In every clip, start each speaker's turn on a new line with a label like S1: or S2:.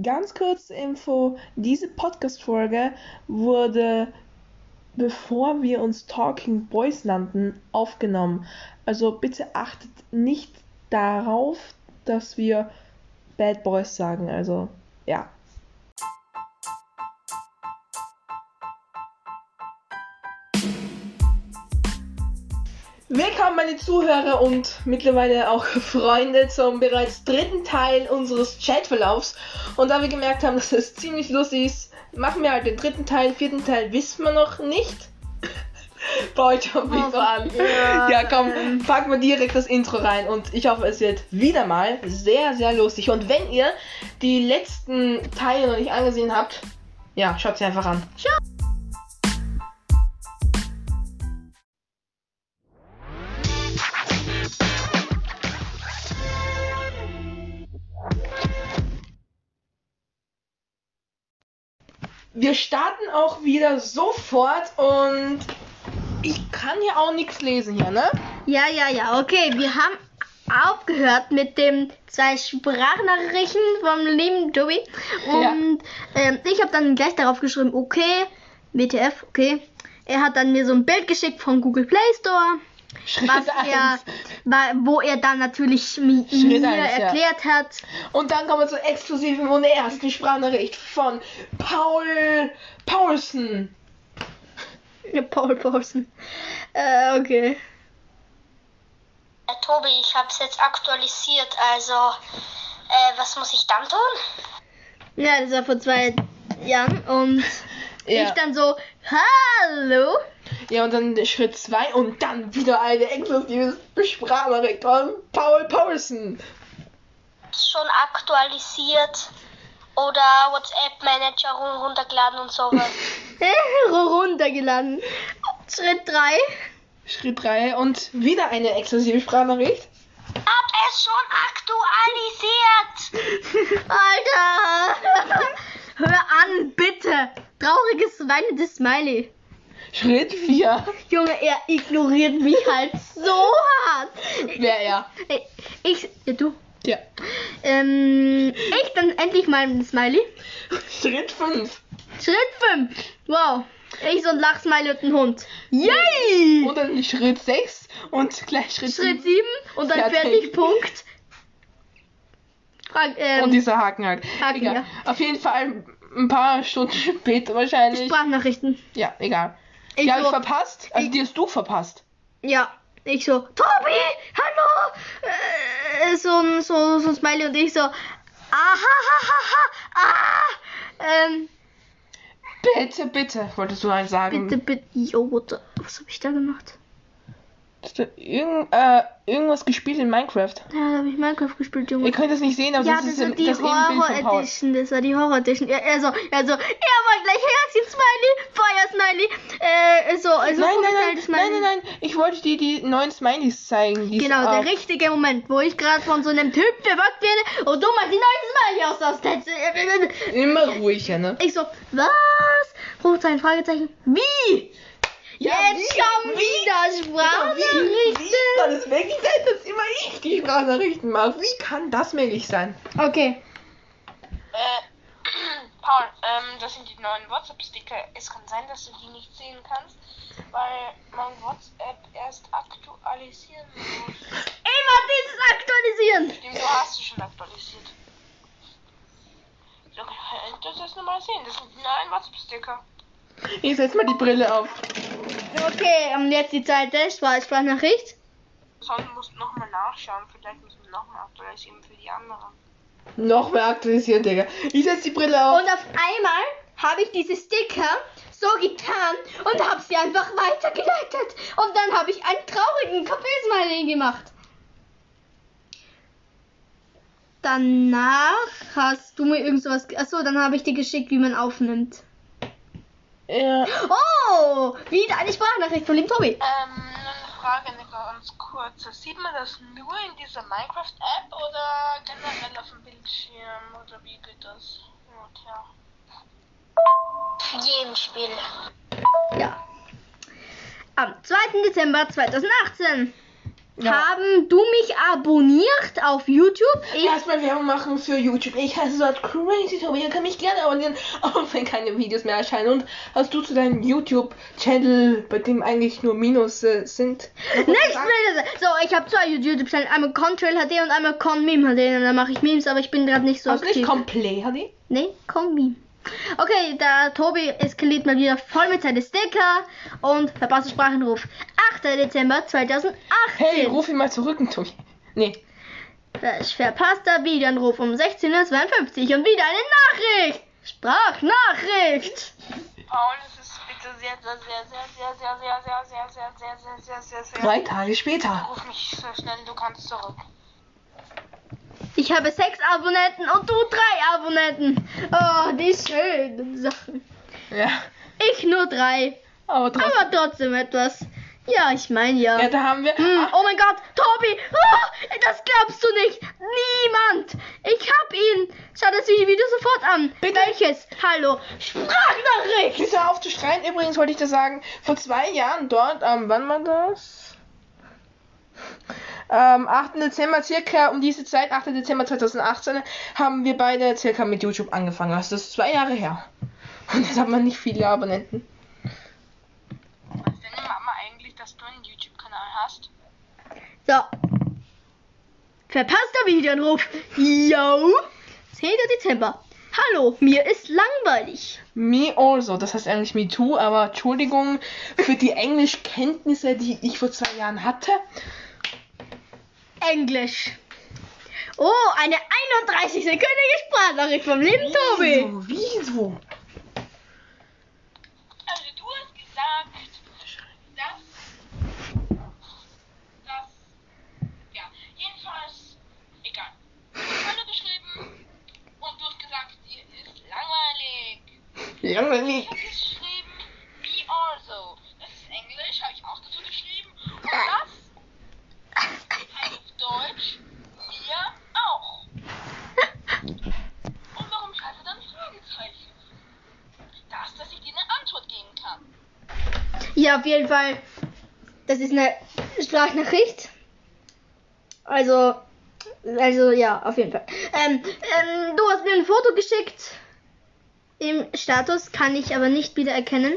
S1: Ganz kurze Info, diese Podcast-Folge wurde, bevor wir uns Talking Boys nannten, aufgenommen. Also bitte achtet nicht darauf, dass wir Bad Boys sagen. Also ja. Willkommen, meine Zuhörer und mittlerweile auch Freunde, zum bereits dritten Teil unseres Chatverlaufs. Und da wir gemerkt haben, dass es ziemlich lustig ist, machen wir halt den dritten Teil. Vierten Teil wissen wir noch nicht. Paul, jump mich so an.
S2: ja.
S1: Ja, komm, packen wir direkt das Intro rein und ich hoffe, es wird wieder mal sehr, sehr lustig. Und wenn ihr die letzten Teile noch nicht angesehen habt, ja, schaut sie einfach an. Wir starten auch wieder sofort und ich kann hier auch nichts lesen hier, ne?
S2: Ja, ja, ja, okay. Wir haben aufgehört mit dem zwei Sprachnachrichten vom lieben Tobi. Und ähm, ich habe dann gleich darauf geschrieben, okay, WTF, okay. Er hat dann mir so ein Bild geschickt von Google Play Store,
S1: Schritt
S2: was er,
S1: eins.
S2: wa- wo er dann natürlich mi-
S1: Schritt
S2: mir
S1: eins, ja.
S2: erklärt hat.
S1: Und dann kommen wir zur exklusiven und ersten Sprachnachricht von Paul Paulsen.
S2: Paul Paulsen. Äh, okay.
S3: Äh, Tobi, ich habe es jetzt aktualisiert, also äh, was muss ich dann tun?
S2: Ja, das war vor zwei Jahren. Und ich dann so, hallo.
S1: Ja, und dann Schritt 2 und dann wieder eine exklusive Sprachnachricht von Paul Paulsen.
S3: Schon aktualisiert oder WhatsApp Manager runtergeladen und sowas.
S2: runtergeladen. Schritt 3.
S1: Schritt 3 und wieder eine exklusive Sprachnachricht.
S3: hab es schon aktualisiert.
S2: Alter! Hör an, bitte! Trauriges, weinendes Smiley.
S1: Schritt 4.
S2: Junge, er ignoriert mich halt so hart.
S1: Wer ja.
S2: Ich, ja, du.
S1: Ja.
S2: Ähm, ich dann endlich mal ein Smiley.
S1: Schritt 5.
S2: Schritt 5. Wow. Ich so ein Lachsmiley und ein Hund. Yay!
S1: Und dann Schritt 6 und gleich Schritt sieben.
S2: Schritt 7 und dann
S1: Fertig.
S2: fertig, Punkt. Frag, ähm,
S1: Und dieser Haken halt.
S2: Haken,
S1: egal.
S2: ja.
S1: Auf jeden Fall ein paar Stunden später wahrscheinlich.
S2: Sprachnachrichten.
S1: ja, egal.
S2: Ich
S1: die habe ich
S2: so-
S1: verpasst. Also die hast du verpasst.
S2: Ja, ich so, Tobi, hallo! Äh, so, ein- so, so ein Smiley und ich so, aha, ha, ha, ha, ah! Ähm,
S1: Bitte, bitte, wolltest du eigentlich sagen.
S2: bitte, bitte, yo, what the, was hab ich da gemacht?
S1: Hast du irgend, äh, irgendwas gespielt in Minecraft?
S2: Ja, da hab ich Minecraft gespielt, Junge.
S1: Ihr könnt das nicht sehen, aber
S2: ja,
S1: das,
S2: das
S1: ist
S2: war
S1: ein,
S2: die
S1: das Ebenbild
S2: Horror
S1: von Paul.
S2: Edition, das war die Horror Edition. Er, er so, er so, er war gleich Herzchen-Smiley, Feuer-Smiley, äh, so, also
S1: Nein, nein,
S2: vorgestelltes
S1: nein, nein, nein, nein, ich wollte dir die neuen Smileys zeigen. Die es
S2: Genau,
S1: auf-
S2: der richtige Moment, wo ich gerade von so einem Typ verwirkt werde und du machst die neuen Smiley aus das Netz.
S1: Immer ruhiger, ne?
S2: Ich so, was? Rufzeichen, Fragezeichen. Wie? Jetzt schon wieder
S1: Wie
S2: Sprachnachrichten.
S1: kann es möglich sein, dass immer ich die Sprachnachrichten mache? Wie kann das möglich sein?
S2: Okay.
S3: Äh, Paul, ähm, das sind die neuen WhatsApp-Sticker. Es kann sein, dass du die nicht sehen kannst, weil mein WhatsApp erst aktualisieren muss.
S2: Immer dieses Aktualisieren.
S3: Stimmt, du hast sie schon aktualisiert. So, das ist nochmal sehen. Das sind nein WhatsApp-Sticker.
S1: Ich setz mal die Brille auf.
S2: Okay, und jetzt die Zeit der Spra- Sprachnachricht.
S3: Sonst musst du nochmal nachschauen. Vielleicht müssen wir nochmal aktualisieren für die anderen.
S1: Noch mehr aktualisieren, Digga. Ich setz die Brille auf.
S2: Und auf einmal habe ich diese Sticker so getan und habe sie einfach weitergeleitet. Und dann habe ich einen traurigen Kaffeesmiley gemacht. Danach hast du mir irgend sowas. ge- Achso, dann habe ich dir geschickt, wie man aufnimmt.
S1: ja.
S2: Oh, wieder eine Sprachnachricht von dem Tobi.
S3: Ähm, eine Frage, eine ganz kurze. Sieht man das nur in dieser Minecraft-App oder generell auf dem Bildschirm? Oder wie geht das? Gut, ja. Jedem Spiel.
S2: Ja. Am 2. Dezember 2018.
S1: Ja.
S2: haben du mich abonniert auf YouTube. Ich,
S1: Erstmal Werbung machen für YouTube. Ich heiße dort Crazy Tobi. Ihr könnt mich gerne abonnieren, auch wenn keine Videos mehr erscheinen. Und hast du zu deinem YouTube-Channel, bei dem eigentlich nur Minus äh, sind?
S2: nicht mehr. So, ich habe zwei YouTube-Channel. Einmal Control HD und einmal ConMeme HD. Und dann mache ich Memes, aber ich bin gerade nicht so
S1: Hast du Also nicht
S2: aktiv.
S1: Complay, Hadi?
S2: Nee, Kombi. Okay, der Tobi eskaliert mal wieder voll mit seinen Sticker und verpasst den Sprachenruf. 8. Dezember 2018.
S1: Hey, ruf ihn mal zurück, Tobi. Nee.
S2: Ich verpasste wieder einen Ruf um 16.52 Uhr und wieder eine Nachricht. Sprachnachricht.
S3: Paul, es ist bitte sehr, sehr, sehr, sehr, sehr, sehr, sehr, sehr, sehr, sehr, sehr, sehr, sehr, sehr, sehr.
S1: Drei Tage später.
S3: Ruf mich so schnell du kannst zurück.
S2: Ich habe sechs Abonnenten und du drei Abonnenten. Oh, die schönen Sachen.
S1: Ja.
S2: Ich nur drei,
S1: Aber trotzdem.
S2: aber trotzdem etwas. Ja, ich meine ja.
S1: Ja, da haben wir.
S2: Hm,
S1: Ah,
S2: Oh mein Gott, Tobi! Oh, das glaubst du nicht! Niemand! Ich hab ihn! Schau das Video sofort an!
S1: Bitte?
S2: Welches? Hallo! Sprachnachricht!
S1: Bitte auf zu schreien. Übrigens wollte ich dir sagen, vor zwei Jahren dort, ähm, wann war das? Am 8. Dezember, circa um diese Zeit, 8. Dezember 2018, haben wir beide circa mit YouTube angefangen. Also das ist zwei Jahre her. Und jetzt hat man nicht viele Abonnenten.
S3: Weiß deine Mama eigentlich, dass du einen YouTube-Kanal hast?
S2: So. Verpasster Videoanruf! Yo! 10. Dezember. Hallo, mir ist langweilig.
S1: Me also, das heißt eigentlich me too, aber Entschuldigung für die Englischkenntnisse, die ich vor zwei Jahren hatte.
S2: Englisch. Oh, eine 31-sekündige Sprachnachricht vom lieben Tobi.
S1: Wieso? Wieso?
S3: Also du hast gesagt, dass, dass, ja, jedenfalls, egal. Hallo geschrieben und du hast gesagt, ihr ist langweilig.
S1: Langweilig.
S3: Ich habe geschrieben, me also. Das ist Englisch, habe ich auch dazu geschrieben. Und das heißt auf Deutsch, mir auch. Und warum schreibt er dann Fragezeichen? Das, dass ich dir eine Antwort geben kann.
S2: Ja, auf jeden Fall. Das ist eine Sprachnachricht. Also, also ja, auf jeden Fall. Ähm, ähm, du hast mir ein Foto geschickt. Im Status kann ich aber nicht wieder erkennen.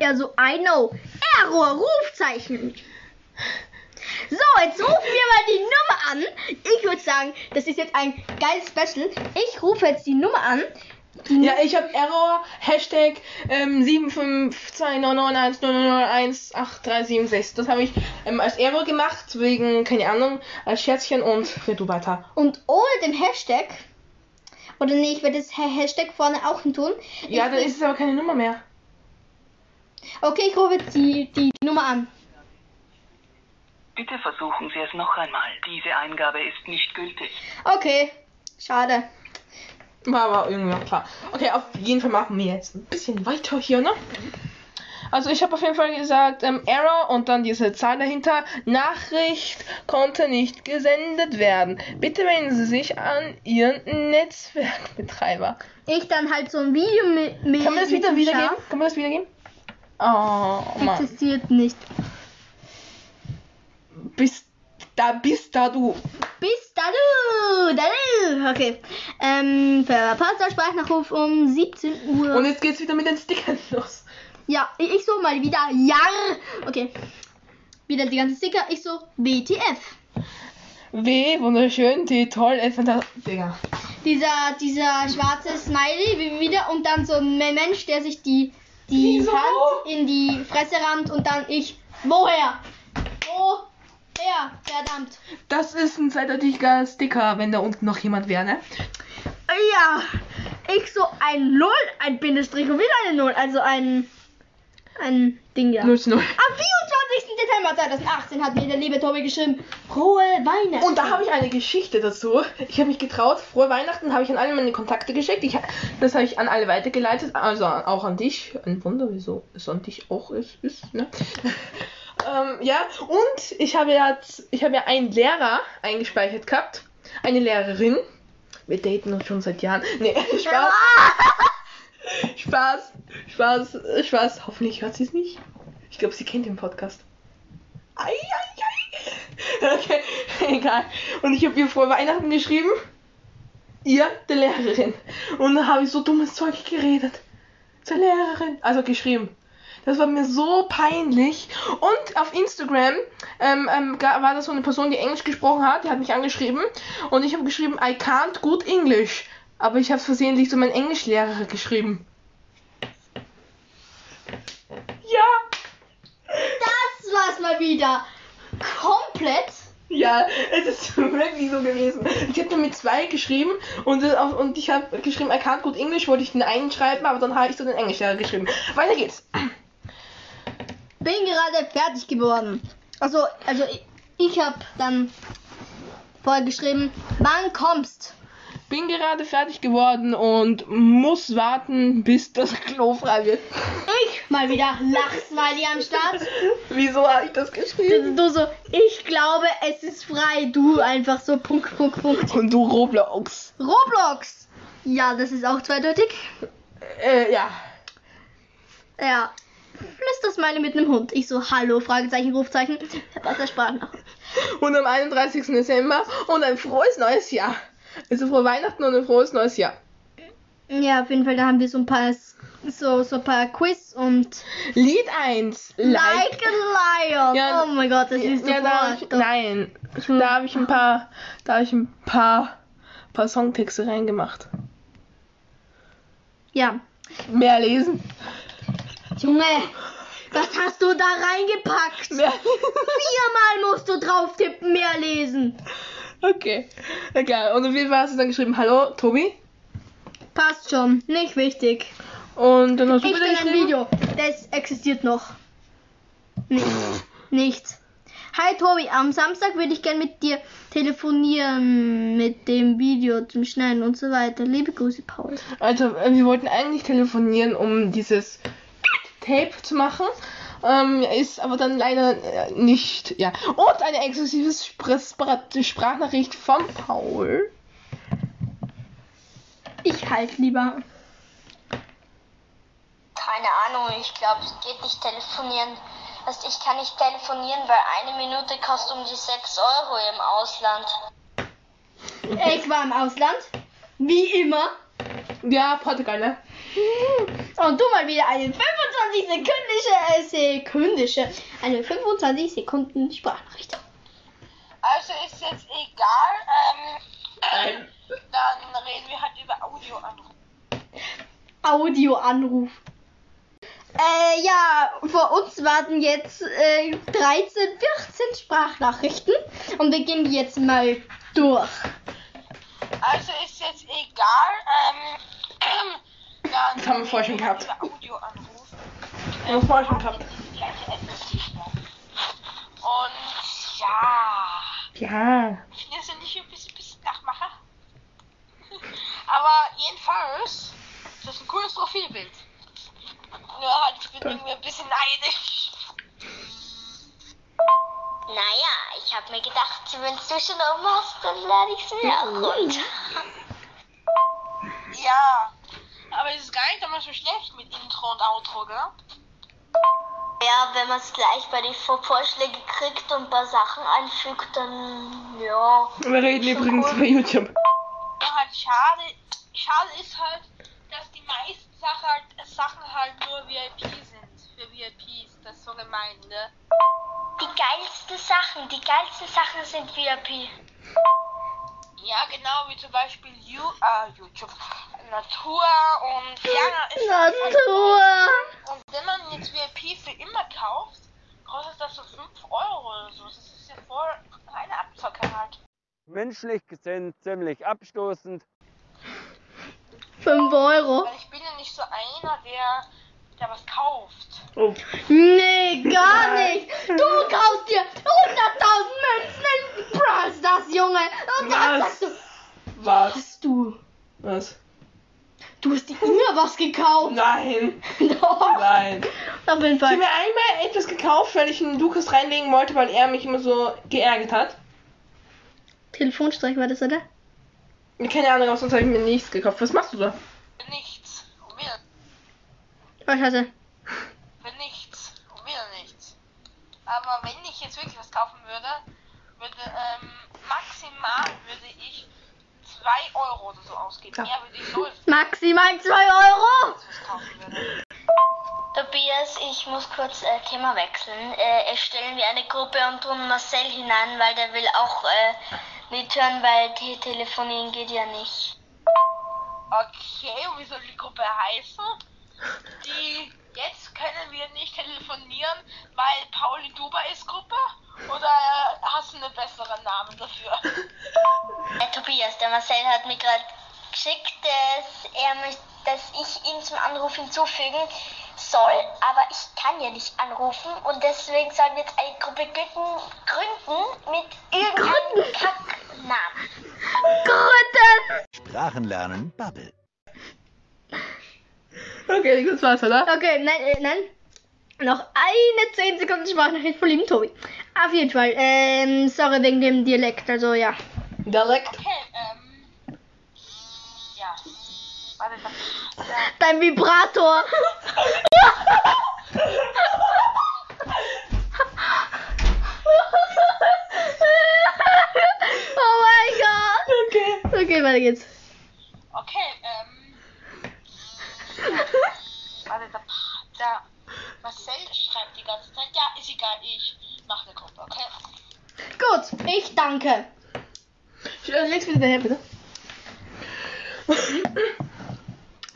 S2: Ja, so, I know. Error, Rufzeichen. So, jetzt rufen wir mal die Nummer an. Ich würde sagen, das ist jetzt ein geiles Special. Ich rufe jetzt die Nummer an.
S1: Ja, ich hab Error, Hashtag ähm, 7529919918376. Das habe ich ähm, als Error gemacht, wegen, keine Ahnung, als Scherzchen und red du weiter.
S2: Und ohne den Hashtag. Oder nee, ich werde das Ha- Hashtag vorne auch hin tun.
S1: Ja,
S2: ich,
S1: dann ist es aber keine Nummer mehr.
S2: Okay, ich rufe jetzt die, die Nummer an.
S4: Bitte versuchen Sie es noch einmal. Diese Eingabe ist nicht gültig.
S2: Okay, schade.
S1: War aber irgendwie noch klar. Okay, auf jeden Fall machen wir jetzt ein bisschen weiter hier, ne? Also ich habe auf jeden Fall gesagt, ähm, Error und dann diese Zahl dahinter. Nachricht konnte nicht gesendet werden. Bitte wenden Sie sich an Ihren Netzwerkbetreiber.
S2: Ich dann halt so ein Video mit. mit
S1: Kann man das wieder
S2: mit dem
S1: wiedergeben?
S2: Schaf.
S1: Kann man das wiedergeben? Oh Mann.
S2: Existiert nicht.
S1: Bis da bist da du.
S2: Bis da du, da du. Okay. Ähm, verpasster Sprachnachruf um 17 Uhr.
S1: Und jetzt geht's wieder mit den Stickern los.
S2: Ja, ich, ich so mal wieder. Ja. Okay. Wieder die ganzen Sticker. Ich so WTF.
S1: W, wunderschön, T, toll, F, fantastisch. Digga.
S2: dieser, dieser schwarze Smiley wie- wieder und dann so ein Mensch, der sich die, die
S1: Wieso?
S2: Hand in die Fresse rammt und dann ich, woher? Woher? Verdammt.
S1: Das ist ein zweideutiger Sticker, wenn da unten noch jemand wäre, ne?
S2: Ja, ich so ein Null, ein Bindestrich und wieder eine Null, also ein, ein Ding, ja.
S1: Null zu null.
S2: Am 24. Dezember 2018 hat mir der liebe Tobi geschrieben, frohe Weihnachten.
S1: Und da habe ich eine Geschichte dazu. Ich habe mich getraut, frohe Weihnachten habe ich an alle meine Kontakte geschickt. Ich, das habe ich an alle weitergeleitet, also auch an dich. Ein Wunder, wieso es an dich auch ist, ist ne? ähm, ja, und ich habe ja, ich habe ja einen Lehrer eingespeichert gehabt, eine Lehrerin. Wir daten uns schon seit Jahren. Nee, Spaß. Spaß, Spaß, äh, Spaß. Hoffentlich hört sie es nicht. Ich glaube, sie kennt den Podcast. Ei, ei, ei. Okay, egal. Und ich habe ihr vor Weihnachten geschrieben, ihr, der Lehrerin. Und dann habe ich so dummes Zeug geredet. Zur Lehrerin. Also geschrieben. Das war mir so peinlich. Und auf Instagram ähm, ähm, ga- war das so eine Person, die Englisch gesprochen hat, die hat mich angeschrieben. Und ich habe geschrieben, I can't good English. Aber ich habe versehentlich zu meinem Englischlehrer geschrieben. Ja,
S2: Das war's mal wieder. Komplett.
S1: Ja, es ist wirklich so gewesen. Ich habe nur mit zwei geschrieben und, äh, auf- und ich habe geschrieben, I can't gut Englisch, wollte ich den einen schreiben, aber dann habe ich so den Englischlehrer geschrieben. Weiter geht's.
S2: Bin gerade fertig geworden. Also, also ich, ich habe dann vorher geschrieben, wann kommst?
S1: Bin gerade fertig geworden und muss warten, bis das Klo frei wird.
S2: Ich mal wieder Lachsmiley am Start.
S1: Wieso habe ich das geschrieben?
S2: Du so, ich glaube, es ist frei. Du einfach so Punkt, Punkt, Punkt.
S1: Und du Roblox.
S2: Roblox. Ja, das ist auch zweideutig.
S1: Äh, ja.
S2: Ja. Flüstersmiley mit einem Hund. Ich so, hallo, Fragezeichen, Rufzeichen. Was der Sprachnach.
S1: Und am 31. Dezember und ein frohes neues Jahr. Also frohe Weihnachten und ein frohes neues Jahr.
S2: Ja, auf jeden Fall, da haben wir so ein paar, so, so ein paar Quiz und
S1: Lied 1.
S2: Like, a Lion.
S1: Ja,
S2: oh mein Gott, das ist so
S1: Ja, da hab ich,
S2: furchtbar.
S1: nein, da habe ich ein paar, da habe ich ein paar, paar Songtexte reingemacht.
S2: Ja.
S1: Mehr lesen.
S2: Junge, was hast du da reingepackt?
S1: Mehr
S2: Viermal musst du drauf tippen, mehr lesen.
S1: Okay. Egal. Und auf jeden Fall hast du dann geschrieben, hallo, Tobi.
S2: Passt schon, nicht wichtig.
S1: Und dann hast du
S2: Ich
S1: wieder
S2: bin ein
S1: geschrieben.
S2: Video. Das existiert noch. Nicht. Nicht. Hi Tobi, am Samstag würde ich gern mit dir telefonieren, mit dem Video zum Schneiden und so weiter. Liebe Grüße, Paul.
S1: Also, äh, wir wollten eigentlich telefonieren, um dieses Tape zu machen. Ähm, ist aber dann leider äh, nicht, ja. Und eine exklusive Spr- Sprachnachricht von Paul.
S2: Ich halt lieber.
S5: Keine Ahnung, ich glaube, es geht nicht telefonieren. Also ich kann nicht telefonieren, weil eine Minute kostet um die 6 Euro im Ausland.
S2: Ich war im Ausland, wie immer.
S1: Ja, Portugal, ne?
S2: Und du mal wieder eine 25 sekündische, äh, sekündische, eine 25 Sekunden Sprachnachricht.
S3: Also ist jetzt egal, ähm, dann reden wir halt über Audioanrufe.
S2: Audioanruf. Äh, ja, vor uns warten jetzt äh, 13, 14 Sprachnachrichten und wir gehen die jetzt mal durch.
S3: Also ist jetzt egal, ähm, dann
S1: Das haben wir vorher schon
S3: reden halt
S1: gehabt.
S3: über Audioanrufe.
S1: Ich muss vorher schon gehabt.
S3: Die gleiche App ist die. Und ja,
S1: Ja.
S3: findest du nicht ein bisschen, bisschen Nachmacher? Aber jedenfalls, das ist ein cooles Profilbild. Nur halt, ich bin irgendwie ein bisschen neidisch.
S5: Naja, ich habe mir gedacht, wenn du schon oben hast, dann lade ich es mir auch runter.
S3: Ja, aber es ist gar nicht einmal so schlecht mit Intro und Outro, gell?
S5: Ja, wenn man es gleich bei den Vor- Vorschläge kriegt und ein paar Sachen einfügt, dann ja.
S1: Wir reden übrigens über YouTube.
S3: Ja, halt schade, schade ist halt, dass die meisten Sachen halt, Sachen halt nur VIP sind. Für VIPs, das ist so gemein, ne?
S5: Die geilsten Sachen, die geilsten Sachen sind VIP.
S3: Ja, genau, wie zum Beispiel you, äh, YouTube, Natur und ja, ist,
S2: Natur!
S3: Und wenn man jetzt VIP für immer kauft, kostet das so 5 Euro oder so. Das ist ja voll eine Abzocke halt.
S6: menschlich gesehen ziemlich abstoßend.
S2: 5 Euro.
S3: Weil ich bin ja nicht so einer, der, der was kauft.
S2: Nee, gar nicht! Du kaufst dir 100.000 Münzen in Brawl Stars, Junge! Und dann
S1: Was?
S2: sagst du,
S1: Was?
S2: hast du,
S1: Was?
S2: du hast mir was gekauft!
S1: Nein,
S2: Auf
S1: nein.
S2: jeden
S1: Ich habe
S2: Fall.
S1: mir einmal etwas gekauft, weil ich einen Lukas reinlegen wollte, weil er mich immer so geärgert hat.
S2: Telefonstreich war das, oder?
S1: Keine Ahnung, aber sonst habe ich mir nichts gekauft. Was machst du da?
S3: Nichts. Will,
S2: Oh, scheiße.
S3: will nichts. Will nichts. Aber wenn ich jetzt wirklich was kaufen würde, würde maximal würde ich 2 Euro oder so ausgeben. Mehr würde ich null
S2: Maximal 2 Euro.
S3: was kaufen würde.
S5: Tobias, ich muss kurz äh, Thema wechseln. Äh, erstellen wir eine Gruppe und tun Marcel hinein, weil der will auch äh, mithören, weil die telefonieren geht ja nicht.
S3: Okay, und wie soll die Gruppe heißen? Die jetzt können wir nicht telefonieren, weil Pauli Duba ist Gruppe? Oder äh, hast du einen besseren Namen dafür?
S5: Äh, Tobias, der Marcel hat mir gerade geschickt, dass, er möcht, dass ich ihn zum Anruf hinzufügen soll. Aber ich kann ja nicht anrufen und deswegen sollen wir jetzt eine Gruppe gründen, gründen mit irgendeinem Kacknamen.
S2: Gründen.
S7: Sprachen lernen, Bubble.
S1: Okay, das war's, oder?
S2: Okay, nein, äh, nein. Noch eine 10 Sekunden Sprachnachricht von lieben Tobi. Auf jeden Fall. Ähm, sorry wegen dem Dialekt, also ja.
S1: Direkt.
S3: Okay, ähm. Ja. Warte, das
S2: Dein Vibrator. oh mein Gott.
S1: Okay.
S2: Okay, weiter geht's.
S3: Okay, ähm. Ja, warte, der, Pa- der Marcel schreibt die ganze Zeit, ja, ist egal, ich mach eine Gruppe, okay?
S2: Gut, ich danke.
S1: Leg's wieder daher, bitte.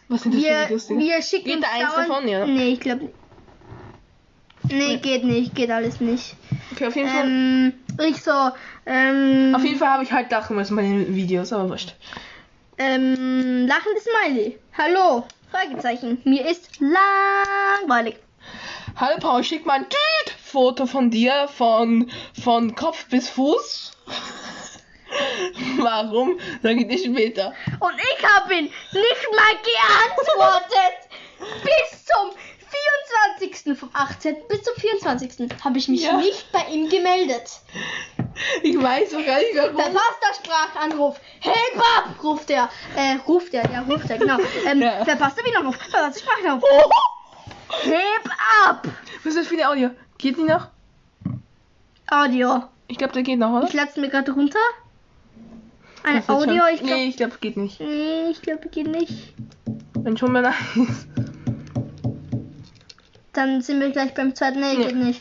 S1: Was sind das
S2: Wir,
S1: für lustige?
S2: wir schicken
S1: Geht
S2: uns
S1: eins
S2: dauernd-
S1: davon, ja?
S2: Nee, ich glaube nicht. Nee, geht nicht, geht alles nicht.
S1: Okay, auf jeden Fall.
S2: Ähm, ich so, ähm,
S1: Auf jeden Fall habe ich halt lachen müssen bei den Videos, aber wurscht.
S2: ähm, lachendes Smiley. Hallo, Fragezeichen. Mir ist langweilig.
S1: Hallo Paul, schick mal ein Tüt Foto von dir von, von Kopf bis Fuß. Warum? Sag ich dir später.
S2: Und ich habe ihn nicht mal geantwortet. bis zum 24. vom 18. bis zum 24. habe ich mich
S1: Ja.
S2: nicht bei ihm gemeldet.
S1: Ich weiß doch gar nicht
S2: Dann
S1: warum.
S2: war's der Sprachanruf. Hey Bob, ruft er. Äh, ruft er, ja, ruft er, genau. Ähm,
S1: Ja.
S2: Verpasst er wieder noch? Verpasst die Sprachanruf. Heb ab!
S1: Was ist das für ein Audio? Geht die noch?
S2: Audio.
S1: Ich glaube, der geht noch, oder?
S2: Ich lade mir gerade runter. Ein
S1: Das wird
S2: Audio,
S1: schon-
S2: ich glaube.
S1: Nee, ich glaube, geht nicht.
S2: Nee, ich glaube, geht nicht.
S1: Wenn schon mal nice.
S2: Dann sind wir gleich beim zweiten. Nee,
S1: Nee.
S2: geht nicht.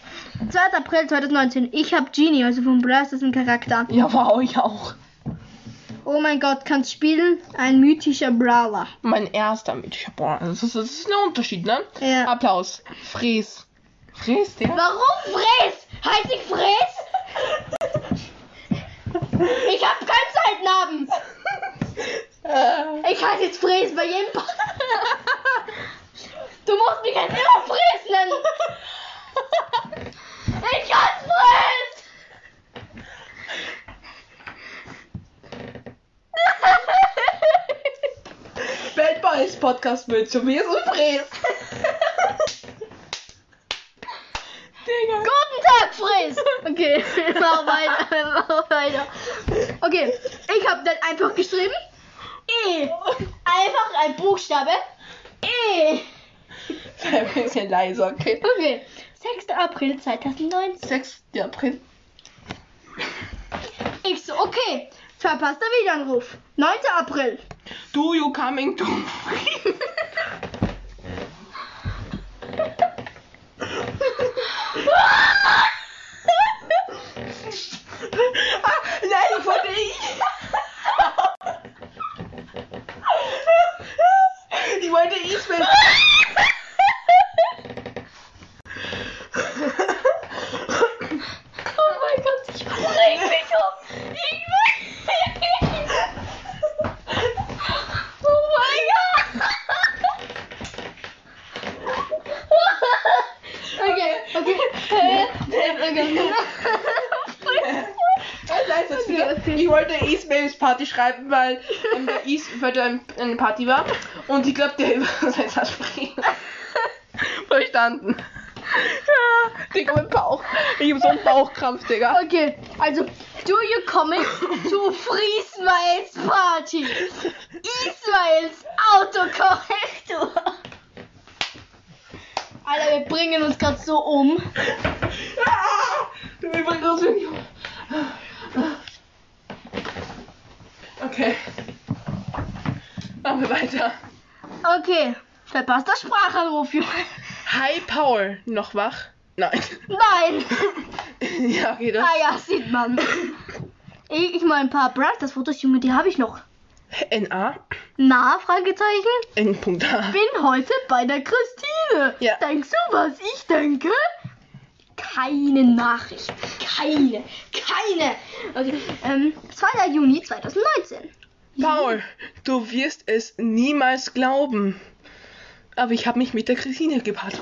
S2: 2. April 2019. Ich habe Genie, also von Blast ist ein Charakter.
S1: Ja, wow, ich auch.
S2: Oh mein Gott, kannst spielen? Ein mythischer Brawler.
S1: Mein erster mit Boah, das ist, das ist ein Unterschied, ne?
S2: Ja.
S1: Applaus. Fries. Fries, der?
S2: Warum Fräs? Heiß ich Fräs? Ich hab keinen Zeitnamen.
S1: Äh,
S2: Ich heiße jetzt Fräs bei jedem Part. Du musst mich jetzt immer Fräs nennen. Ich heiße Fräs.
S1: Bad Boys Podcast mit Tobias und Fries. Digga.
S2: Guten Tag, Fräs. Okay, mach weiter, mach weiter. Okay, ich hab dann einfach geschrieben. E. Einfach ein Buchstabe. E.
S1: Ein bisschen leiser, okay.
S2: Okay. 6. April 2019.
S1: 6. April.
S2: Ich so, okay. Verpasster Wiederanruf. 9. April.
S1: Do you coming to ah, nein, ich wollte ich. ich wollte ich mit.
S2: Oh mein Gott, ich reg mich um. Ich Oh mein Gott. Okay, okay.
S1: Was heißt das wieder? Ich wollte East Babys Party schreiben, weil ähm, der East heute ein, eine Party war. Und ich glaube, der über sein Versprechen verstanden. Ja, Digga, mein Bauch. Ich hab so einen Bauchkrampf, Digga.
S2: Okay, also, do you coming to Friesmails Party? Israels Autokorrektur. Alter, wir bringen uns gerade so um.
S1: Ah, du bist übrigens Machen wir weiter.
S2: Okay. Verpasster Sprachanruf, Junge.
S1: Hi Paul, noch wach? Nein.
S2: Nein.
S1: ja, okay, das.
S2: ah ja, sieht man. Ich, ich mal ein paar Brothers Fotos, Junge, die habe ich noch.
S1: NA,
S2: Na, Fragezeichen.
S1: Endpunkt A.
S2: bin heute bei der Christine.
S1: Ja.
S2: Denkst du, was ich denke? Keine Nachricht. Keine. Keine. Okay. Ähm, 2. Juni 2019.
S1: Paul, du wirst es niemals glauben. Aber ich habe mich mit der Christine gepaart.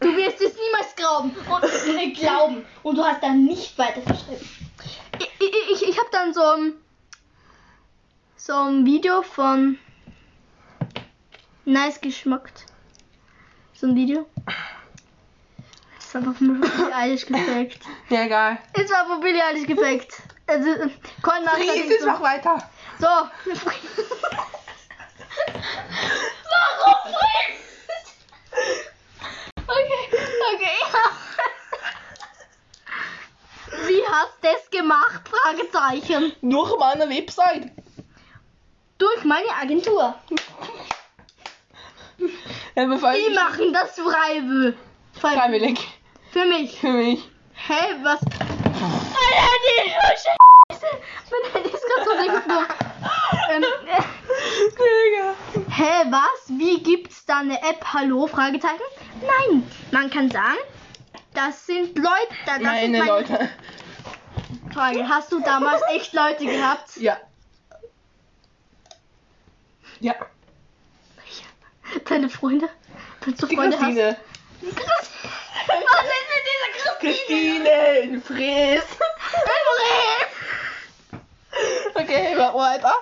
S2: Du wirst es niemals glauben und äh, glauben. Und du hast dann nicht weiter verschrieben. Ich, ich, ich, ich habe dann so ein, so ein Video von Nice geschmückt. So ein Video. Das war von Billie Eilish gefaked.
S1: Ja, egal.
S2: Es war von Billie Eilish gefaked. Also, äh, Colin hat dann
S1: Friedrich,
S2: so-
S1: mach weiter.
S2: so. Warum frisst? Okay, okay. Wie hast das gemacht? Fragezeichen.
S1: Durch meine Website.
S2: Durch meine Agentur.
S1: Ja, bevor
S2: Die
S1: ich-
S2: machen das freiwillig.
S1: Freiwillig. Oh.
S2: Für mich.
S1: Für mich.
S2: Hey, was? Mein Handy, oh Scheiße. Mein Handy ist gerade so weggeflogen. ähm,
S1: Digga.
S2: Hä, was? Wie gibt's da eine App? Hallo? Fragezeichen? Nein, man kann sagen, das sind Leute. Das sind
S1: Meine
S2: meine
S1: Leute.
S2: Frage. Hast du damals echt Leute gehabt?
S1: Ja. Ja.
S2: Deine Freunde? Dass du
S1: Die
S2: Freunde
S1: Christine.
S2: hast? Die Christine. Was ist mit dieser Christine?
S1: Christine, Fries. Okay, mach weiter.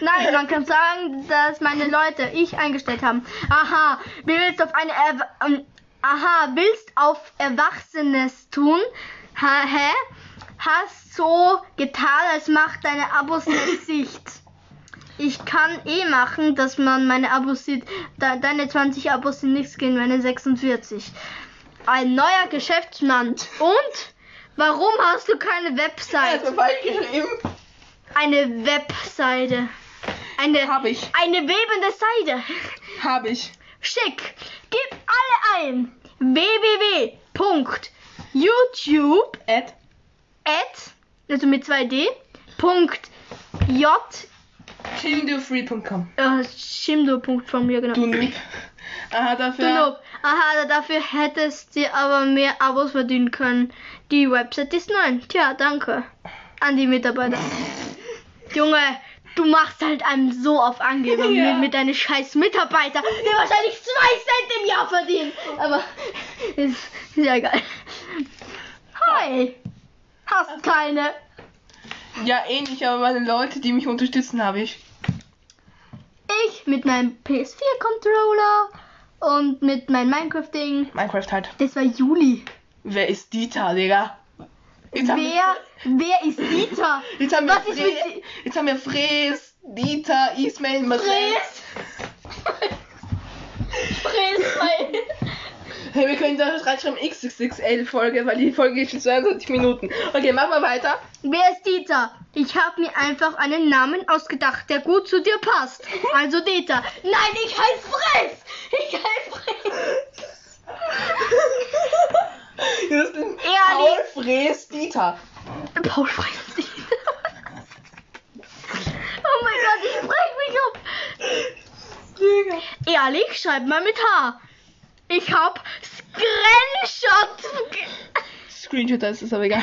S2: Nein, man kann sagen, dass meine Leute ich eingestellt haben. Aha, willst auf eine Erw ähm, Aha, willst auf Erwachsenes tun? Ha, hä? Hast so getan, als macht deine Abos nicht Sicht. Ich kann eh machen, dass man meine Abos sieht. De deine 20 Abos sind nichts gegen meine 46. Ein neuer Geschäftsmann. Und? Warum hast du keine Website?
S1: Also falsch geschrieben.
S2: Eine Webseite. Eine,
S1: Hab ich.
S2: eine webende Seite.
S1: Hab ich.
S2: Schick. Gib alle ein. www.youtube.
S1: Ed.
S2: at, Also mit 2D. Punkt. J.
S1: Chimdofree.com.
S2: Äh, Shimdo. Punkt von mir, genau.
S1: Du Noob. Aha,
S2: Du
S1: dafür.
S2: Noob. Aha, also dafür hättest du aber mehr Abos verdienen können. Die Website ist neu. Tja, danke. An die Mitarbeiter. Junge, du machst halt einem so auf Angeber
S1: Ja.
S2: mit, mit deinen scheiß Mitarbeiter, die wahrscheinlich zwei Cent im Jahr verdienen. Aber ist ja geil. Hi. Hast keine.
S1: Ja, ähnlich, aber meine Leute, die mich unterstützen, habe ich.
S2: Ich mit meinem PS4-Controller und mit meinem Minecraft-Ding.
S1: Minecraft halt.
S2: Das war Juli.
S1: Wer ist Dieter, Digga? Jetzt haben
S2: Wer, wer ist Dieter?
S1: Wir, jetzt haben wir
S2: Was ist mit
S1: Fre- Jetzt haben wir Fres, Dieter, Ismail, Matthias.
S2: Fres? Fres, weil.
S1: Hey, wir können da reinschreiben XXXL-Folge, weil die Folge ist schon 22 Minuten. Okay, machen wir weiter.
S2: Wer ist Dieter? Ich habe mir einfach einen Namen ausgedacht, der gut zu dir passt. Also Dieter. Nein, ich heiße Fres! Ich heiße Fres!
S1: Das sind Paul,
S2: Ehrlich?
S1: Fres, Dieter.
S2: Paul Fres Dieter. Oh mein Gott, ich brech mich ab.
S1: Digga.
S2: Ehrlich, schreib mal mit H. Ich hab Screenshot.
S1: Screenshot, das ist aber egal.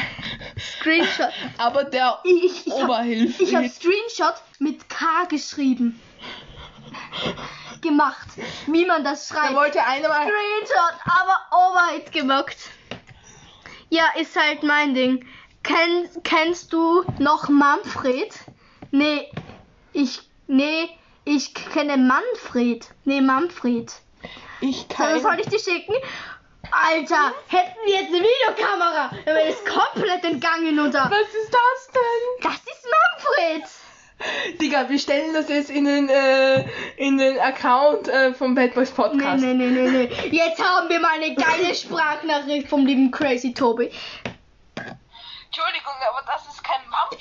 S2: Screenshot.
S1: Aber der
S2: Ich, ich, ich hab
S1: Oberhilfe.
S2: Ich habe Screenshot mit K geschrieben. gemacht. Wie man das
S1: da
S2: schreibt.
S1: wollte einer mal.
S2: Screenshot, aber Overhead gemockt. Ja, ist halt mein Ding. Kenn, kennst du noch Manfred? Nee, ich. Nee, ich kenne Manfred. Nee, Manfred.
S1: Ich
S2: Dann
S1: kann.
S2: soll ich dir schicken? Alter, hätten wir jetzt eine Videokamera, dann wäre das komplett entgangen, oder?
S1: Was ist das denn?
S2: Das ist Manfred!
S1: Digga, wir stellen das jetzt in den, äh, in den Account äh, vom Bad Boys
S2: Nee,
S1: Podcast.
S2: nee, nee, nee, nee. Jetzt haben wir mal eine geile Sprachnachricht vom lieben Crazy Tobi.
S3: Entschuldigung, aber das ist kein Manfred.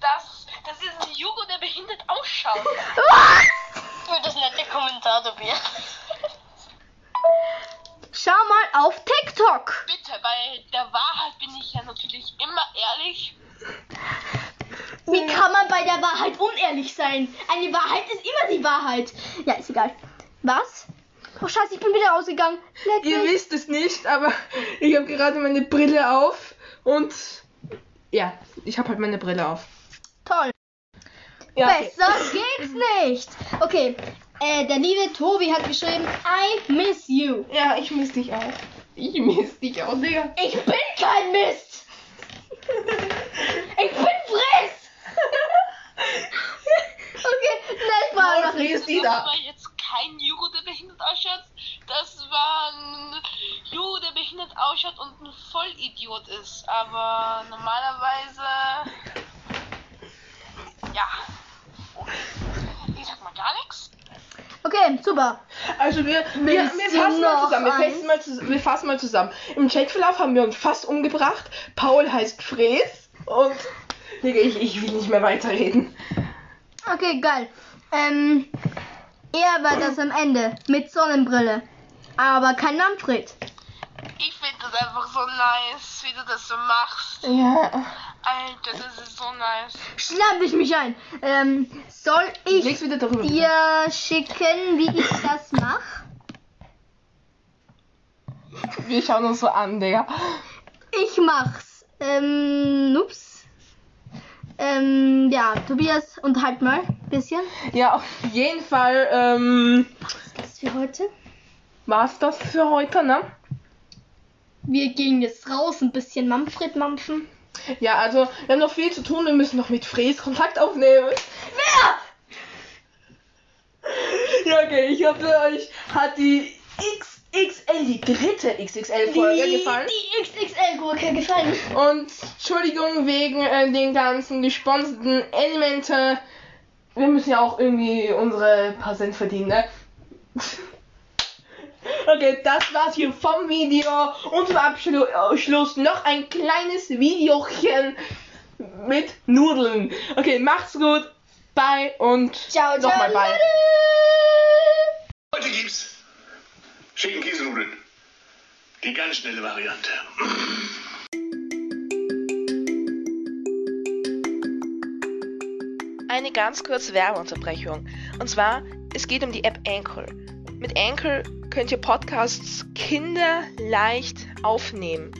S3: Das, dass ist ein Jugo, der behindert ausschaut.
S5: Für das nette Kommentar, Tobias.
S2: Schau mal auf TikTok.
S3: Bitte, bei der Wahrheit bin ich ja natürlich immer ehrlich.
S2: Wie kann man bei der Wahrheit unehrlich sein? Eine Wahrheit ist immer die Wahrheit. Ja, ist egal. Was? Oh scheiße, ich bin wieder rausgegangen. Leck
S1: Ihr
S2: mich.
S1: wisst es nicht, aber ich habe gerade meine Brille auf und ja, ich habe halt meine Brille auf.
S2: Toll.
S1: Ja, okay.
S2: Besser geht's nicht. Okay, äh, der liebe Tobi hat geschrieben, I miss you.
S1: ja ich miss dich auch. Ich miss dich auch, Digga.
S2: Ich bin kein Mist. Ich bin Fritz. okay, nein,
S1: Paul
S2: Sprachnachricht.
S1: Fries,
S3: Das war
S1: Lisa.
S3: aber jetzt kein Jugo, der behindert ausschaut. Das war ein Jugo, der behindert ausschaut und ein Vollidiot ist. Aber normalerweise. Ja. Ich sag mal gar nichts.
S2: Okay, super.
S1: Also wir, wir, wir
S2: Willst du
S1: fassen mal
S2: noch
S1: zusammen. Wir
S2: eins?
S1: fassen mal, zus wir fassen mal zusammen. Im Chatverlauf haben wir uns fast umgebracht. Paul heißt Fres und Digga, ich, ich will nicht mehr weiterreden.
S2: Okay, geil. Ähm, er war das am Ende mit Sonnenbrille. Aber kein Manfred.
S3: Ich finde das einfach so nice, wie du das so machst.
S1: Ja.
S3: Alter, das ist so nice.
S2: Schnapp ich mich ein. Ähm, soll ich
S1: Leg's wieder darüber.
S2: dir schicken, wie ich das mache?
S1: Wir schauen uns so an, Digga.
S2: Ich mach's. Ähm, ups. Ähm, ja, Tobias, unterhalt mal ein bisschen.
S1: Ja, auf jeden Fall ähm,
S2: Das für heute.
S1: war's das für heute, ne?
S2: Wir gehen jetzt raus, ein bisschen Manfred mampfen.
S1: Ja, also wir haben noch viel zu tun. Wir müssen noch mit Fres Kontakt aufnehmen. Wer? Ja, okay, ich hoffe, euch hat die XXL, die dritte XXL-Folge gefallen.
S2: die XXL-Gurke gefallen.
S1: Und Entschuldigung wegen äh, den ganzen gesponserten Elemente. Wir müssen ja auch irgendwie unsere paar Cent verdienen, ne? Okay, das war's hier vom Video. Und zum Abschluss Schluss noch ein kleines Videochen mit Nudeln. Okay, macht's gut. Bye und
S2: Ciao, ciao,
S1: nochmal bye.
S2: Leute.
S8: Heute gibt's Schinken-Käsenudeln. Die ganz schnelle Variante.
S9: eine ganz kurze Werbeunterbrechung. Und zwar, es geht um die App Anchor. Mit Anchor könnt ihr Podcasts kinderleicht aufnehmen.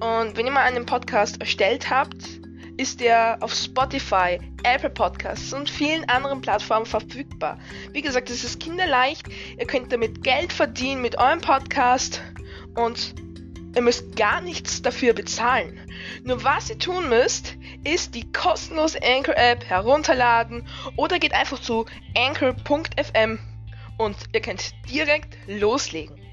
S9: Und wenn ihr mal einen Podcast erstellt habt, ist der auf Spotify, Apple Podcasts und vielen anderen Plattformen verfügbar. Wie gesagt, es ist kinderleicht. Ihr könnt damit Geld verdienen mit eurem Podcast und ihr müsst gar nichts dafür bezahlen. Nur was ihr tun müsst, ist die kostenlose Anchor App herunterladen oder geht einfach zu anchor.fm und ihr könnt direkt loslegen.